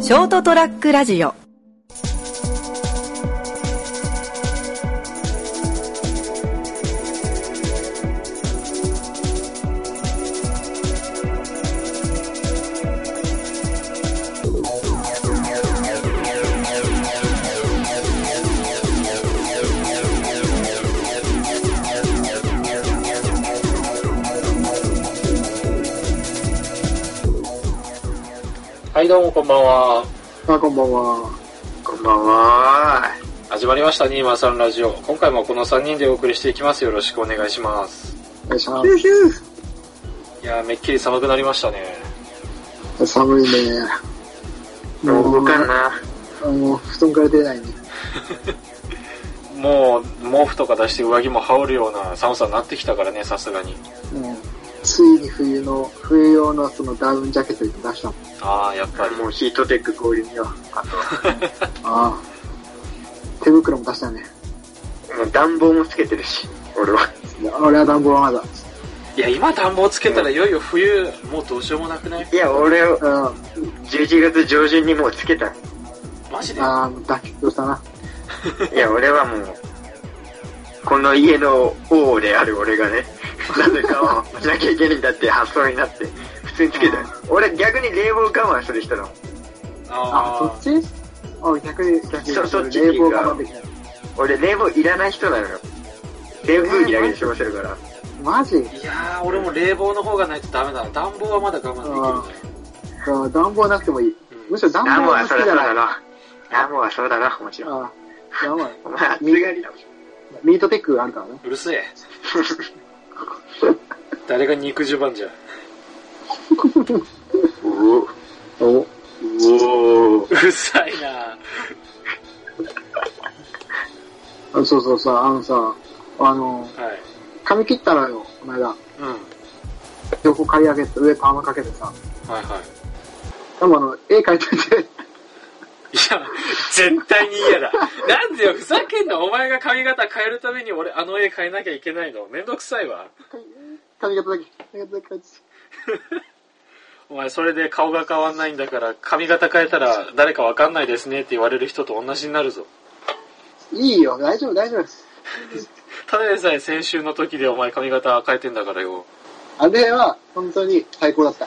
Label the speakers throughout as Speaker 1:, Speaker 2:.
Speaker 1: ショートトラックラジオ
Speaker 2: はい、どうもこんばんは。
Speaker 3: あ、こんばんは。
Speaker 4: こんばんは。
Speaker 2: 始まりました、ニーマンさんラジオ。今回もこの3人でお送りしていきます。よろしくお願いします。
Speaker 3: お願いしま
Speaker 4: ヒューヒュ
Speaker 2: いやー、めっきり寒くなりましたね。
Speaker 3: す。寒いね。
Speaker 4: ー。もう動かん
Speaker 3: も
Speaker 4: な。
Speaker 3: うもう布団から出ないね。
Speaker 2: もう、毛布とか出して上着も羽織るような寒さになってきたからね、さすがに。
Speaker 3: うん。ついに冬の、冬用のそのダウンジャケットに出したもん。
Speaker 2: あー、やっぱり。
Speaker 4: もうヒートテック購入よ。あ
Speaker 3: ああ。手袋も出したね。
Speaker 4: と、もう暖房もつけてるし、俺は。
Speaker 3: いや俺は暖房はまだ。
Speaker 2: いや、今暖房つけたらいよいよ冬、もうどうしようもなくない
Speaker 4: いや、俺、
Speaker 3: うん。あ
Speaker 4: 11月上旬にもうつけた。
Speaker 2: マジで
Speaker 3: あ、脱却したな。
Speaker 4: いや、俺はもう、この家の王である俺がね、なぜか我慢しなきゃいけないんだって発想になって、普通につけたよ。俺逆に冷房我慢する人だもん。
Speaker 3: あ、そ
Speaker 2: あ
Speaker 3: っちあ、逆に、逆に、
Speaker 4: そそっち
Speaker 3: 冷房我慢できない。
Speaker 4: 俺冷房いらない人なのよ。冷風機だけにしてませるから。
Speaker 3: マジ
Speaker 2: ー。いやー、俺も冷房の方がないとダメだな。暖房はまだ我慢できるね。
Speaker 3: うん暖房なくてもいい。むしろ暖
Speaker 4: 暖
Speaker 3: 房
Speaker 4: 房
Speaker 3: が
Speaker 4: は
Speaker 3: 好
Speaker 4: そり
Speaker 3: き
Speaker 4: ゃそう
Speaker 3: だな。
Speaker 4: だな。暖房はそうだな、もちろん。
Speaker 3: ああ。暖房。
Speaker 4: お前暑がりだもん。
Speaker 3: ミートテックあるからね。
Speaker 2: うるせ え。誰が肉襦袢じゃん。
Speaker 4: お
Speaker 3: お
Speaker 4: お
Speaker 2: うるさいな
Speaker 3: あそうそうさ、あのさ、あの、
Speaker 2: はい。
Speaker 3: 髪切ったらよ、この間。
Speaker 2: うん。
Speaker 3: 横刈り上げて、上パーマかけてさ。
Speaker 2: はいはい。
Speaker 3: でもあの、絵描いといて、
Speaker 2: いや、絶対に嫌だ。なんでよ、ふざけんな。お前が髪型変えるために俺、あの絵変えなきゃいけないの。めんどくさいわ。
Speaker 3: 髪型だけ、髪型だけ描いて
Speaker 2: お前、それで顔が変わんないんだから、髪型変えたら誰かわかんないですねって言われる人と同じになるぞ。
Speaker 3: いいよ、大丈夫、大丈夫です。
Speaker 2: ただでさえ先週の時でお前髪型変えてんだからよ。
Speaker 3: あれは、本当に最高だ った。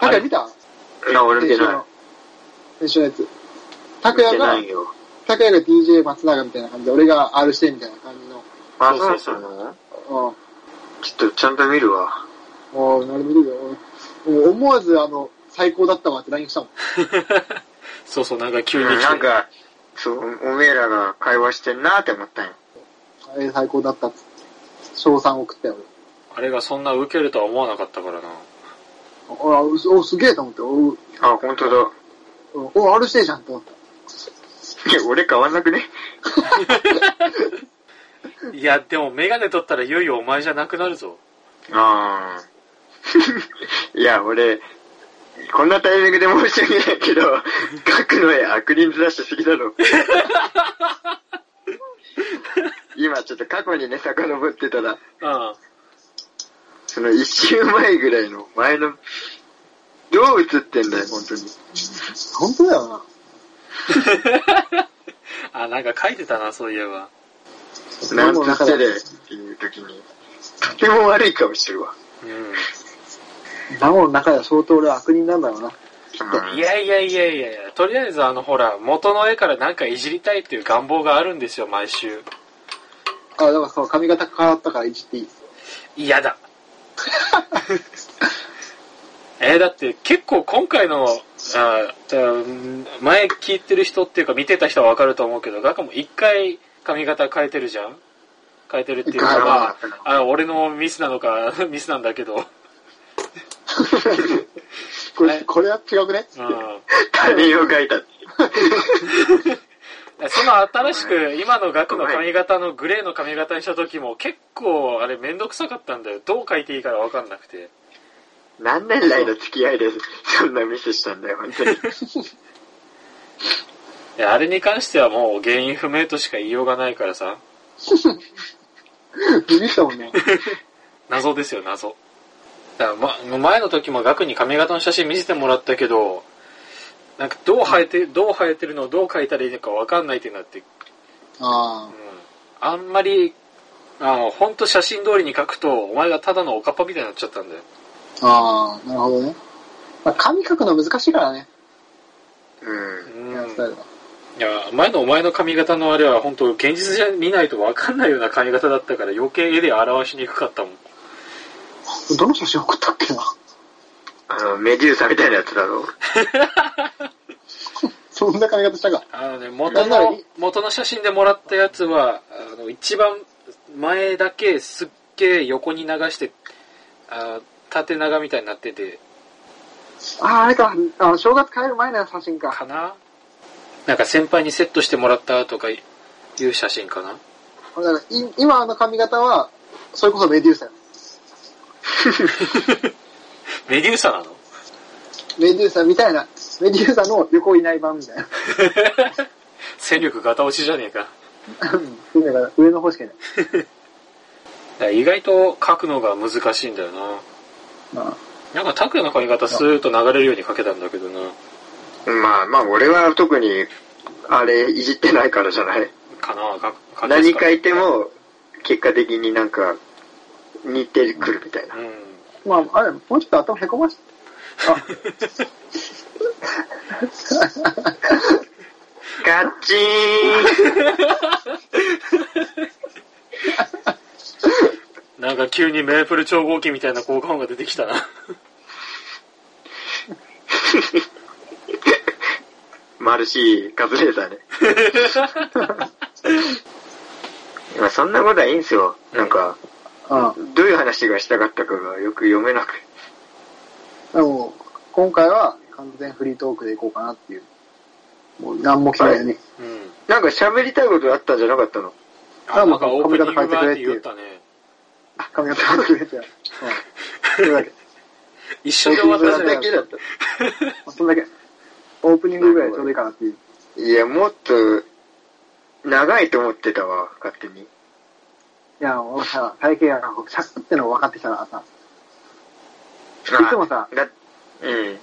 Speaker 3: タクヤ見た
Speaker 4: な、俺見て
Speaker 3: 先週
Speaker 4: ない
Speaker 3: の。。先週のやつ。タク
Speaker 4: 見
Speaker 3: ヤ
Speaker 4: て
Speaker 3: が
Speaker 4: な、いよ。
Speaker 3: タクヤが DJ 松永みたいな感じで、俺が R してみたいな感じの。
Speaker 4: あ、
Speaker 2: そ
Speaker 4: そうう
Speaker 2: そう
Speaker 4: そ
Speaker 2: そう
Speaker 4: うなの
Speaker 3: うん。
Speaker 4: ちょっとちゃんと見るわ。
Speaker 3: おー、なるほどよ。もう思わず、あの、最高だったわって LINE したもん。
Speaker 2: そうそう、なんか急に来て
Speaker 4: なんか、そう、おめえらが会話してんなって思ったんよ。
Speaker 3: あれ最高だったっつって。賞賛送ったよ、
Speaker 2: あ
Speaker 3: 俺。
Speaker 2: れがそんな受けるとは思わなかったからな。
Speaker 3: あ、おおすげえと思って、お
Speaker 4: あ、ほんとだ。
Speaker 3: お、お、R してえじゃんと思った。
Speaker 4: いや、俺変わんなくね。
Speaker 2: いや、でもメガネ取ったらいよいよお前じゃなくなるぞ。
Speaker 4: あ ー。いや、俺、こんなタイミングで申し訳ないけど、ガクの絵悪人ずらしてすぎだろ。今ちょっと過去にね、遡ってたら、
Speaker 2: うん。
Speaker 4: その一周前ぐらいの前の、どう映ってんだよ、本当に。
Speaker 3: 本当だよな。
Speaker 2: あ、なんか書いてたな、そういえば。
Speaker 4: なんとして
Speaker 3: で
Speaker 4: でっていう時に、とても悪い顔してるわ。
Speaker 2: うん。
Speaker 3: マモの中では相当俺は悪人なんだろうな。
Speaker 2: いやいやいやいやいや、とりあえずあのほら、元の絵からなんかいじりたいっていう願望があるんですよ、毎週。
Speaker 3: あ、だからそう、髪型変わったからいじっていい。
Speaker 2: 嫌だ。 えーだって結構今回の、あーだ前聞いてる人っていうか見てた人はわかると思うけど、ガカも一回髪型変えてるじゃん変えてるっていうか、
Speaker 3: 変え
Speaker 2: まあ、あ、俺のミスなのか、 ミスなんだけど。うん。
Speaker 3: こ
Speaker 2: は
Speaker 3: れ、
Speaker 2: い
Speaker 3: これは違くね
Speaker 4: 他人を描いたっていう。
Speaker 2: その新しく今の額の髪型のグレーの髪型にした時も結構あれめんどくさかったんだよ。どう書いていいからわかんなくて。
Speaker 4: 何年来の付き合いでそんなミスしたんだよ、本当に。
Speaker 2: いやあれに関してはもう原因不明としか言いようがないからさ。
Speaker 3: ビビったもんね。
Speaker 2: 謎ですよ、謎。だからま、前の時もガクに髪型の写真見せてもらったけど、なんかどう生えて、どう生えてるのをどう描いたらいいのかわかんないってなって、
Speaker 3: あ
Speaker 2: うんあんまり、あの、ほんと写真通りに描くと、お前がただのおかっぱみたいになっちゃったんだよ。
Speaker 3: あ、ああ、なるほどね。まあ、紙書くの難しいからね、
Speaker 4: うん。
Speaker 2: うん
Speaker 3: ヘアスタイルは。
Speaker 2: いや、前のお前の髪型のあれは本当現実じゃ見ないとわかんないような髪型だったから余計絵で表しにくかったもん。
Speaker 3: どの写真送ったっけな
Speaker 4: あの、メデューサみたいなやつだろ。
Speaker 3: そんな髪型したか。
Speaker 2: あのね、元の、元の写真でもらったやつは、あの、一番前だけすっげえ横に流して、あ縦長みたいになってて、
Speaker 3: ああ、あれか、あの正月帰る前の写真か。
Speaker 2: かななんか先輩にセットしてもらったとかいう写真かな
Speaker 3: だからい今の髪型は、それこそメデューサや。
Speaker 2: メデューサなの
Speaker 3: メデューサみたいな、メデューサの横いない版みたいな。
Speaker 2: 戦力ガタ落ちじゃねえか。
Speaker 3: うんだから上の方しかいない。
Speaker 2: だから意外と描くのが難しいんだよな。
Speaker 3: まあ
Speaker 2: なんか、拓也の髪型スーッと流れるようにかけたんだけどな。
Speaker 4: まあまあ、俺は特に、あれ、いじってないからじゃない。
Speaker 2: かなか、か
Speaker 4: 何書
Speaker 2: い
Speaker 4: いても、結果的になんか、似てくるみたいな
Speaker 2: う。ん。
Speaker 3: まあ、あれ、もうちょっと頭へこまして。
Speaker 4: ガッチーン
Speaker 2: なんか急にメープル超合金みたいな効果音が出てきたな。
Speaker 4: マルシー、カズレーザーね。 まあそんなことはいいんすよ。なんか、
Speaker 3: あ
Speaker 4: どういう話がしたかったかがよく読めなくて。
Speaker 3: あ、でも、今回は完全フリートークでいこうかなっていう。もう、何も決めずに。
Speaker 2: うん。
Speaker 4: なんか喋りたいことあったんじゃなかったの
Speaker 2: あ、
Speaker 3: あ
Speaker 2: なん
Speaker 3: もう
Speaker 2: かオープニングバーって言
Speaker 3: 髪型変えてくれっていう
Speaker 2: ったね。
Speaker 3: 髪型変えてくれて。うん。それだけ。
Speaker 2: 一緒で終わった
Speaker 4: そ
Speaker 2: じゃ
Speaker 4: れ
Speaker 2: ない
Speaker 4: だけだっ
Speaker 3: まあそれだけ。オープニングぐらいでちょうどいいかなっていう。
Speaker 4: た。いや、もっと、長いと思ってたわ、勝手に。
Speaker 3: いや、俺さ、体型がシャクってのが分かってきたからさ、いつもさ
Speaker 4: あだうん。
Speaker 3: い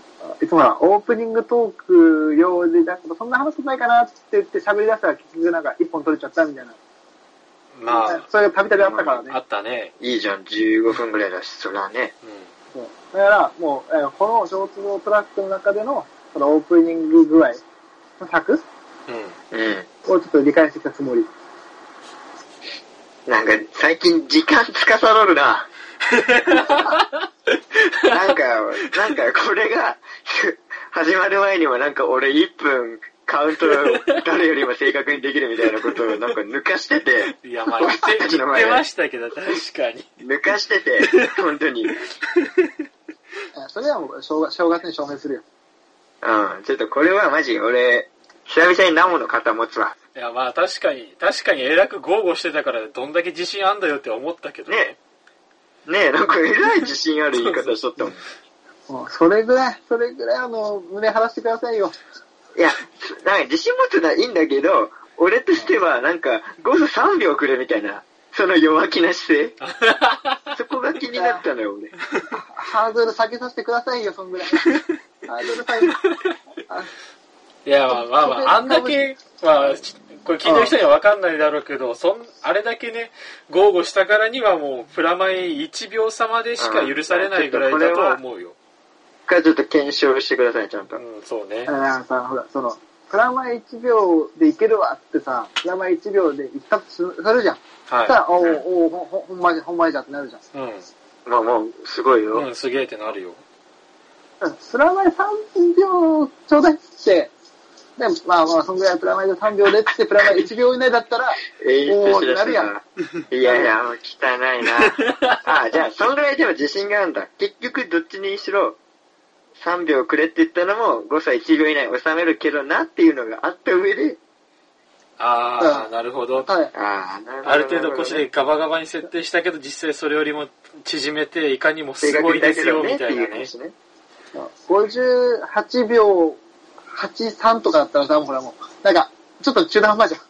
Speaker 3: つもさ、オープニングトーク用で、だけどそんな話すことないかなって言って喋り出したら結局なんか一本取れちゃったみたいな。
Speaker 2: まあ、
Speaker 3: それがたびたびあったからね。
Speaker 2: あったね。
Speaker 4: いいじゃん、15分ぐらいだし、そりゃね。
Speaker 2: う
Speaker 3: そうだから、もう、えーこのショーツトラックの中での、そのオープニング具合の作をち
Speaker 2: ん。うん。
Speaker 4: うん。
Speaker 3: ょっと理解してきたつもり。
Speaker 4: なんか、最近時間つかさどる な。なんか、なんかこれが、始まる前にはなんか俺1分カウント 誰よりも正確にできるみたいなことをなんか抜かしてて、
Speaker 2: いや、まあ 言って、言ってましたけど、確かに。
Speaker 4: 抜かしてて、本当に。うん、
Speaker 3: えーそれはもう正月正月に証明するよ。
Speaker 4: ちょっとこれはマジ俺、久々にナモの肩持つわ。
Speaker 2: いや、まあ確かに、確かにえらく豪語してたから、どんだけ自信あんだよって思ったけどね
Speaker 4: ね。ねえ、なんかえらい自信ある言い方しとったもん。
Speaker 3: もうそれぐらい、それぐらい、あの、胸張らせてくださいよ。
Speaker 4: いや、なんか自信持つのはいいんだけど、俺としてはなんか、誤差3秒くれみたいな、その弱気な姿勢。そこが気になったのよ、俺。
Speaker 3: ハードル下げさせてくださいよ、そ んぐらい。ハードル下げ、あ
Speaker 2: いや、まあまあまあ、あんだけ、まあ、ちこれ聞いてる人には分かんないだろうけど、そん、あれだけね、豪語したからにはもう、プラマイ1秒差までしか許されないぐらいだとは思うよ。
Speaker 4: からちょっと検証してください、ちゃんと。
Speaker 2: うん、そうね
Speaker 3: あ。のなんかさ、ほら、その、プラマイ1秒でいけるわってさ、プラマイ1秒でいったとするじゃん。そ
Speaker 2: は
Speaker 3: したら、おーおーほんほんほんまじゃ、ほんまじゃってなるじゃん。
Speaker 2: い。うん。
Speaker 4: まあもう、すごいよ。
Speaker 2: うん、すげえってなるよ。
Speaker 3: プラマイ3秒ちょうだいっつって、で、まあまあ、そんぐらいプラマイで3秒でっつって、プラマイ1秒以内だったら、
Speaker 4: 演出しだ
Speaker 3: おーなるやん
Speaker 4: したな。いやいや、もう汚いな。あじゃあ、そのぐらいでも自信があるんだ。結局、どっちにしろ、3秒くれって言ったのも、誤差1秒以内収めるけどなっていうのがあった上で、
Speaker 2: あ
Speaker 3: う
Speaker 2: ー、なるほど。
Speaker 3: はい。
Speaker 4: ああ、なるほど。
Speaker 2: ある程度腰でガバガバに設定したけど、実際それよりも縮めて、いかにもすごいですよ、みたいなね。
Speaker 4: ね。
Speaker 3: 58秒83とかだったらさ、ほらもう、なんか、ちょっと中途半端じゃん。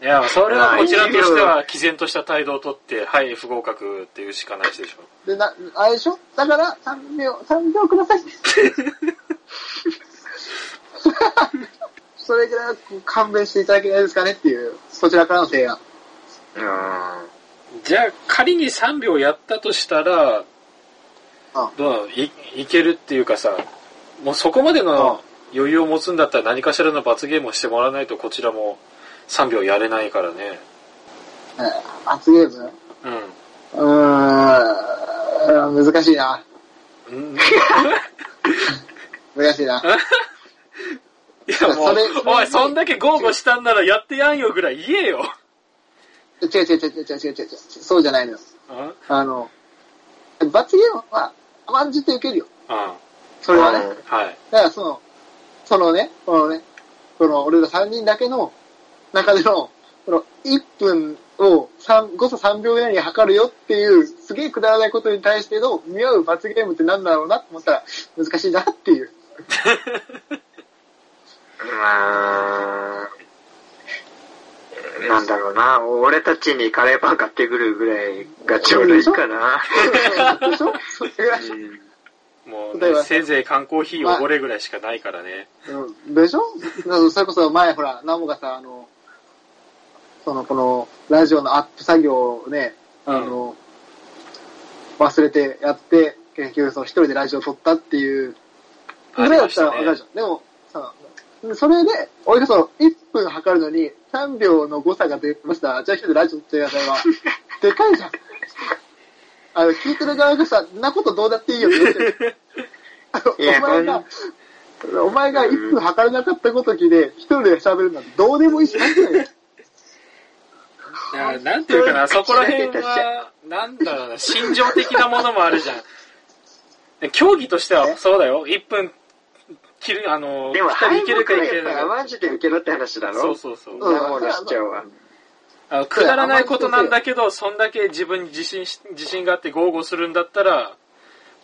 Speaker 2: いや、それはこちらとしては、毅然とした態度をとって、はい、不合格っていうしかないでしょ。
Speaker 3: で、な、あれでしょだから、3秒、3秒ください。それぐらいは勘弁していただけないですかねっていう、そちらからの提案。
Speaker 4: あ
Speaker 2: じゃあ、仮に3秒やったとしたら、
Speaker 3: あ
Speaker 2: どうなのいいけるっていうかさ、もうそこまでの余裕を持つんだったら何かしらの罰ゲームをしてもらわないとこちらも3秒やれないからね。
Speaker 3: えー、罰ゲーム
Speaker 2: う
Speaker 3: うーん、難しいな。
Speaker 2: ん。い
Speaker 3: 難しいな。
Speaker 2: やもう
Speaker 3: それ、
Speaker 2: おい、そんだけ豪語したんならやってやんよぐらい言えよ。
Speaker 3: 違う違う違う違う違う違う違う。そうじゃないのよ。
Speaker 2: うんうん。
Speaker 3: あの、罰ゲームは甘んじて受けるよ。
Speaker 2: は
Speaker 3: それはね。
Speaker 4: うん
Speaker 2: い。
Speaker 3: だからその、そのね、このね、この俺ら3人だけの中での、この1分を3誤差3秒以内に測るよっていう、すげえくだらないことに対しての見合う罰ゲームって何だろうなと思ったら難しいなって いう。
Speaker 4: ーまあ、なんだろうな、俺たちにカレーパン買ってくるぐらいがちょうどいいかな。
Speaker 3: でしょそれぐらい。
Speaker 2: もう
Speaker 3: 例え
Speaker 2: ね、
Speaker 3: ば
Speaker 2: せいぜい缶コーヒーおごれぐらいしかないからね。
Speaker 3: うんでしょだからそれこそ前ほら、ナモがさ、あの、そのこのラジオのアップ作業をね、
Speaker 2: うん
Speaker 3: あの、忘れてやって、結局その一人でラジオ撮ったっていうぐらいだったらわかるじゃん。でも、さそれで、俺がその1分測るのに3秒の誤差が出ました。じゃあ一人でラジオ撮ってください は、でかいじゃん。あの、聞いてる側がさ、んなことどうだっていいよって言ってる。あの
Speaker 4: いや
Speaker 3: お前
Speaker 4: こ
Speaker 3: が、お前が1分測れなかったごときで、一人で喋るなんてどうでもいいし、なんでもいいよ
Speaker 2: いやなんていうかな、 そこら辺は、なんだろうな、心情的なものもあるじゃん。で競技としては、そうだよ、1分切る、あの、
Speaker 4: でも、
Speaker 2: 切ったり
Speaker 4: 敗
Speaker 2: いける
Speaker 4: 北
Speaker 2: か
Speaker 4: はいや
Speaker 2: け
Speaker 4: っぱ
Speaker 2: ない
Speaker 4: り
Speaker 2: か。
Speaker 4: 甘んじて受けろって話だろ
Speaker 2: そうそうそう。
Speaker 3: うん
Speaker 4: なもん出しちゃうわ。
Speaker 2: あのくだらないことなんだけど、そんだけ自分に自信し、自信があって豪語するんだったら、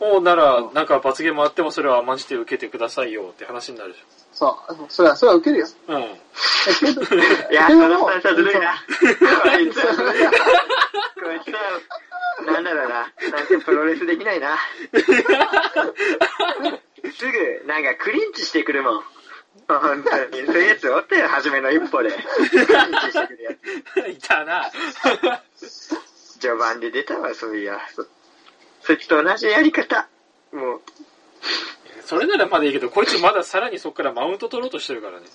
Speaker 2: おうなら、なんか罰ゲームあってもそれは甘んじて受けてくださいよって話になるじ
Speaker 3: そう、それは、それは受けるよ。
Speaker 2: ゃん。うん。
Speaker 3: けど
Speaker 4: いや、
Speaker 3: け
Speaker 4: そ
Speaker 3: ど
Speaker 4: の
Speaker 3: も
Speaker 4: 話はずるいな。こいつはずるいな。こいつは、なんだろうな。なんてプロレスできないな。すぐ、なんかクリンチしてくるもん。本当に。そういうやつおったよ、初めの一歩で。クリンチしてくるや
Speaker 2: いたな。
Speaker 4: つ。序盤で出たわ、そういや。そそいつと同じやり方。もう、
Speaker 2: それならまだいいけど、こいつまださらにそこからマウント取ろうとしてるからね。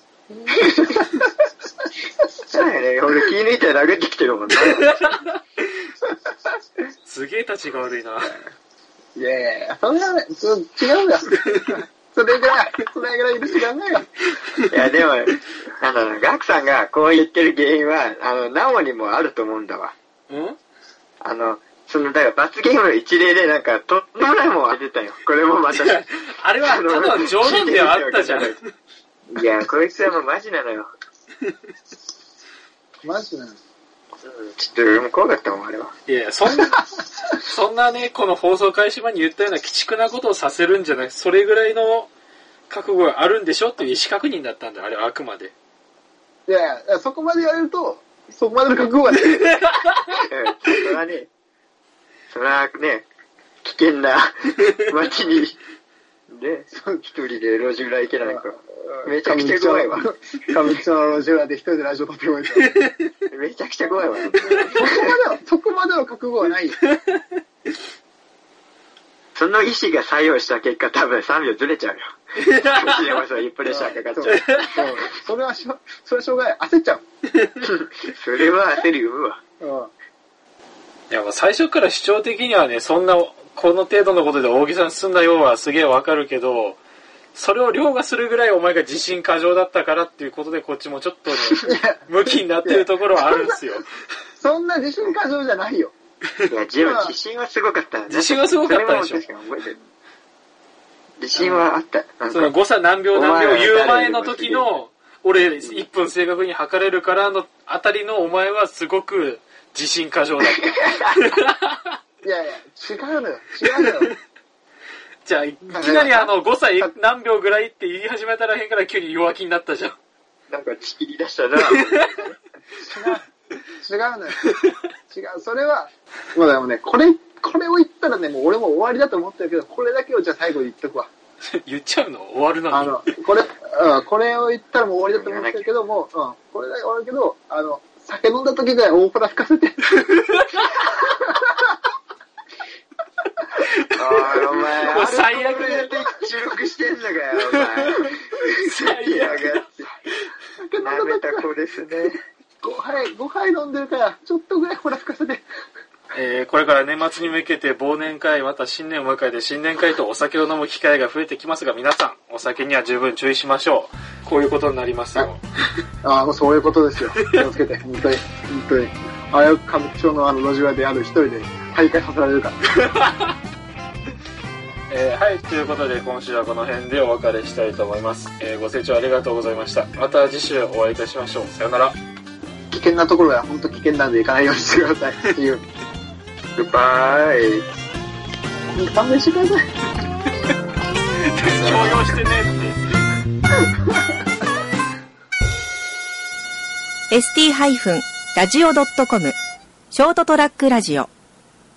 Speaker 4: そうやね。俺気抜いたら殴ってきてるもんね。
Speaker 2: すげえ立ちが悪いな。
Speaker 3: いやいやいや、それはね、ちょ違うんだよ。それぐらい、それぐらい許してくださいよ。
Speaker 4: いや、でも、あの、ガクさんがこう言ってる原因は、あの、ナオにもあると思うんだわ。
Speaker 2: うん
Speaker 4: あの、その、だから罰ゲームの一例でなんか、とんでもないもん当てたよ。これもまた。
Speaker 2: あれはただの冗談ではあったじゃん。
Speaker 4: いや、こいつはもうマジなのよ。
Speaker 3: マジなの。
Speaker 4: ちょっと俺も怖かったもん、あれは。
Speaker 2: いや、そんな、そんなね、この放送開始前に言ったような鬼畜なことをさせるんじゃなくそれぐらいの覚悟があるんでしょっていう意思確認だったんだよ、あれはあくまで。
Speaker 3: いやいや、そこまでやれると、そこまでの覚悟はね、
Speaker 4: うんそれはね、それはね、危険 な街に、で、一人で路地裏行けないから。めちゃくちゃ怖いわ。
Speaker 3: 上口の路地裏で一人でラジオ撮っておいて。そこ
Speaker 4: めちゃくちゃ怖いわ。
Speaker 3: までの、そこまでの覚悟はないよ。
Speaker 4: その意思が作用した結果、多分3秒ずれち ゃうよ。腰でもそういうプレッシャーかかっちゃう。
Speaker 3: そうそれはしょ、それはしょうがない。焦っちゃう。
Speaker 4: それは焦り生むわ。
Speaker 3: うん。
Speaker 2: いや、まあ最初から主張的にはね、そんな、この程度のことで大げさに進んだようはすげえわかるけど、それを凌駕するぐらいお前が自信過剰だったからっていうことでこっちもちょっ とね、向きになってるところはあるんですよ。
Speaker 3: そんな自信過剰じゃないよ。
Speaker 4: いや、ジム、自信はすごかった。
Speaker 2: 自信はすごかったでしょ
Speaker 4: それも確かに覚えてる。自信はあった。なん
Speaker 2: その
Speaker 4: か
Speaker 2: 誤差何秒何秒言う前の時の、俺1分正確に測れるからのあたりのお前はすごく自信過剰だ った。
Speaker 3: いやいや、違うのよ。違うのよ。
Speaker 2: じゃあ、いきなりあの誤差何秒ぐらいって言い始めたらへんから急に弱気になったじゃん。
Speaker 4: なんかちぎり出したな。
Speaker 3: 違うのよ。違う。それは、まあでもね、これ、これを言ったらね、もう俺も終わりだと思ってるけど、これだけをじゃあ最後に言っとくわ。
Speaker 2: 言っちゃうの終わるな
Speaker 3: あの、これ、うん、これを言ったらもう終わりだと思ってるけども、うん、これだけ終わるけど、あの、酒飲んだ時ぐらい大腹吹かせて、
Speaker 4: おい、お前、
Speaker 2: もう最悪
Speaker 4: アルコール入れて収録してんのかよ、お前。
Speaker 2: 最
Speaker 4: やがっ
Speaker 2: 悪
Speaker 4: て。舐めた子ですね。
Speaker 3: 5杯、5杯飲んでるから、ちょっとぐらいお腹吹かせて、
Speaker 2: えーこれから年末に向けて忘年会また新年を迎えて新年会とお酒を飲む機会が増えてきますが皆さんお酒には十分注意しましょうこういうことになりますよ
Speaker 3: ああ、もうそういうことですよ。気をつけて、本当に、本当に。危うく歌舞伎町のあの路地裏である一人で大会させられるから。
Speaker 2: えーはい、ということで今週はこの辺でお別れしたいと思います、えーご清聴ありがとうございましたまた次週お会いいたしましょうさよなら
Speaker 3: 危険なところは本当危険なんで行かないようにしてください。っていう。
Speaker 4: グッバイ。
Speaker 3: 勘弁してください。
Speaker 2: 強要してねって
Speaker 1: ST-radio.com ショートトラックラジオ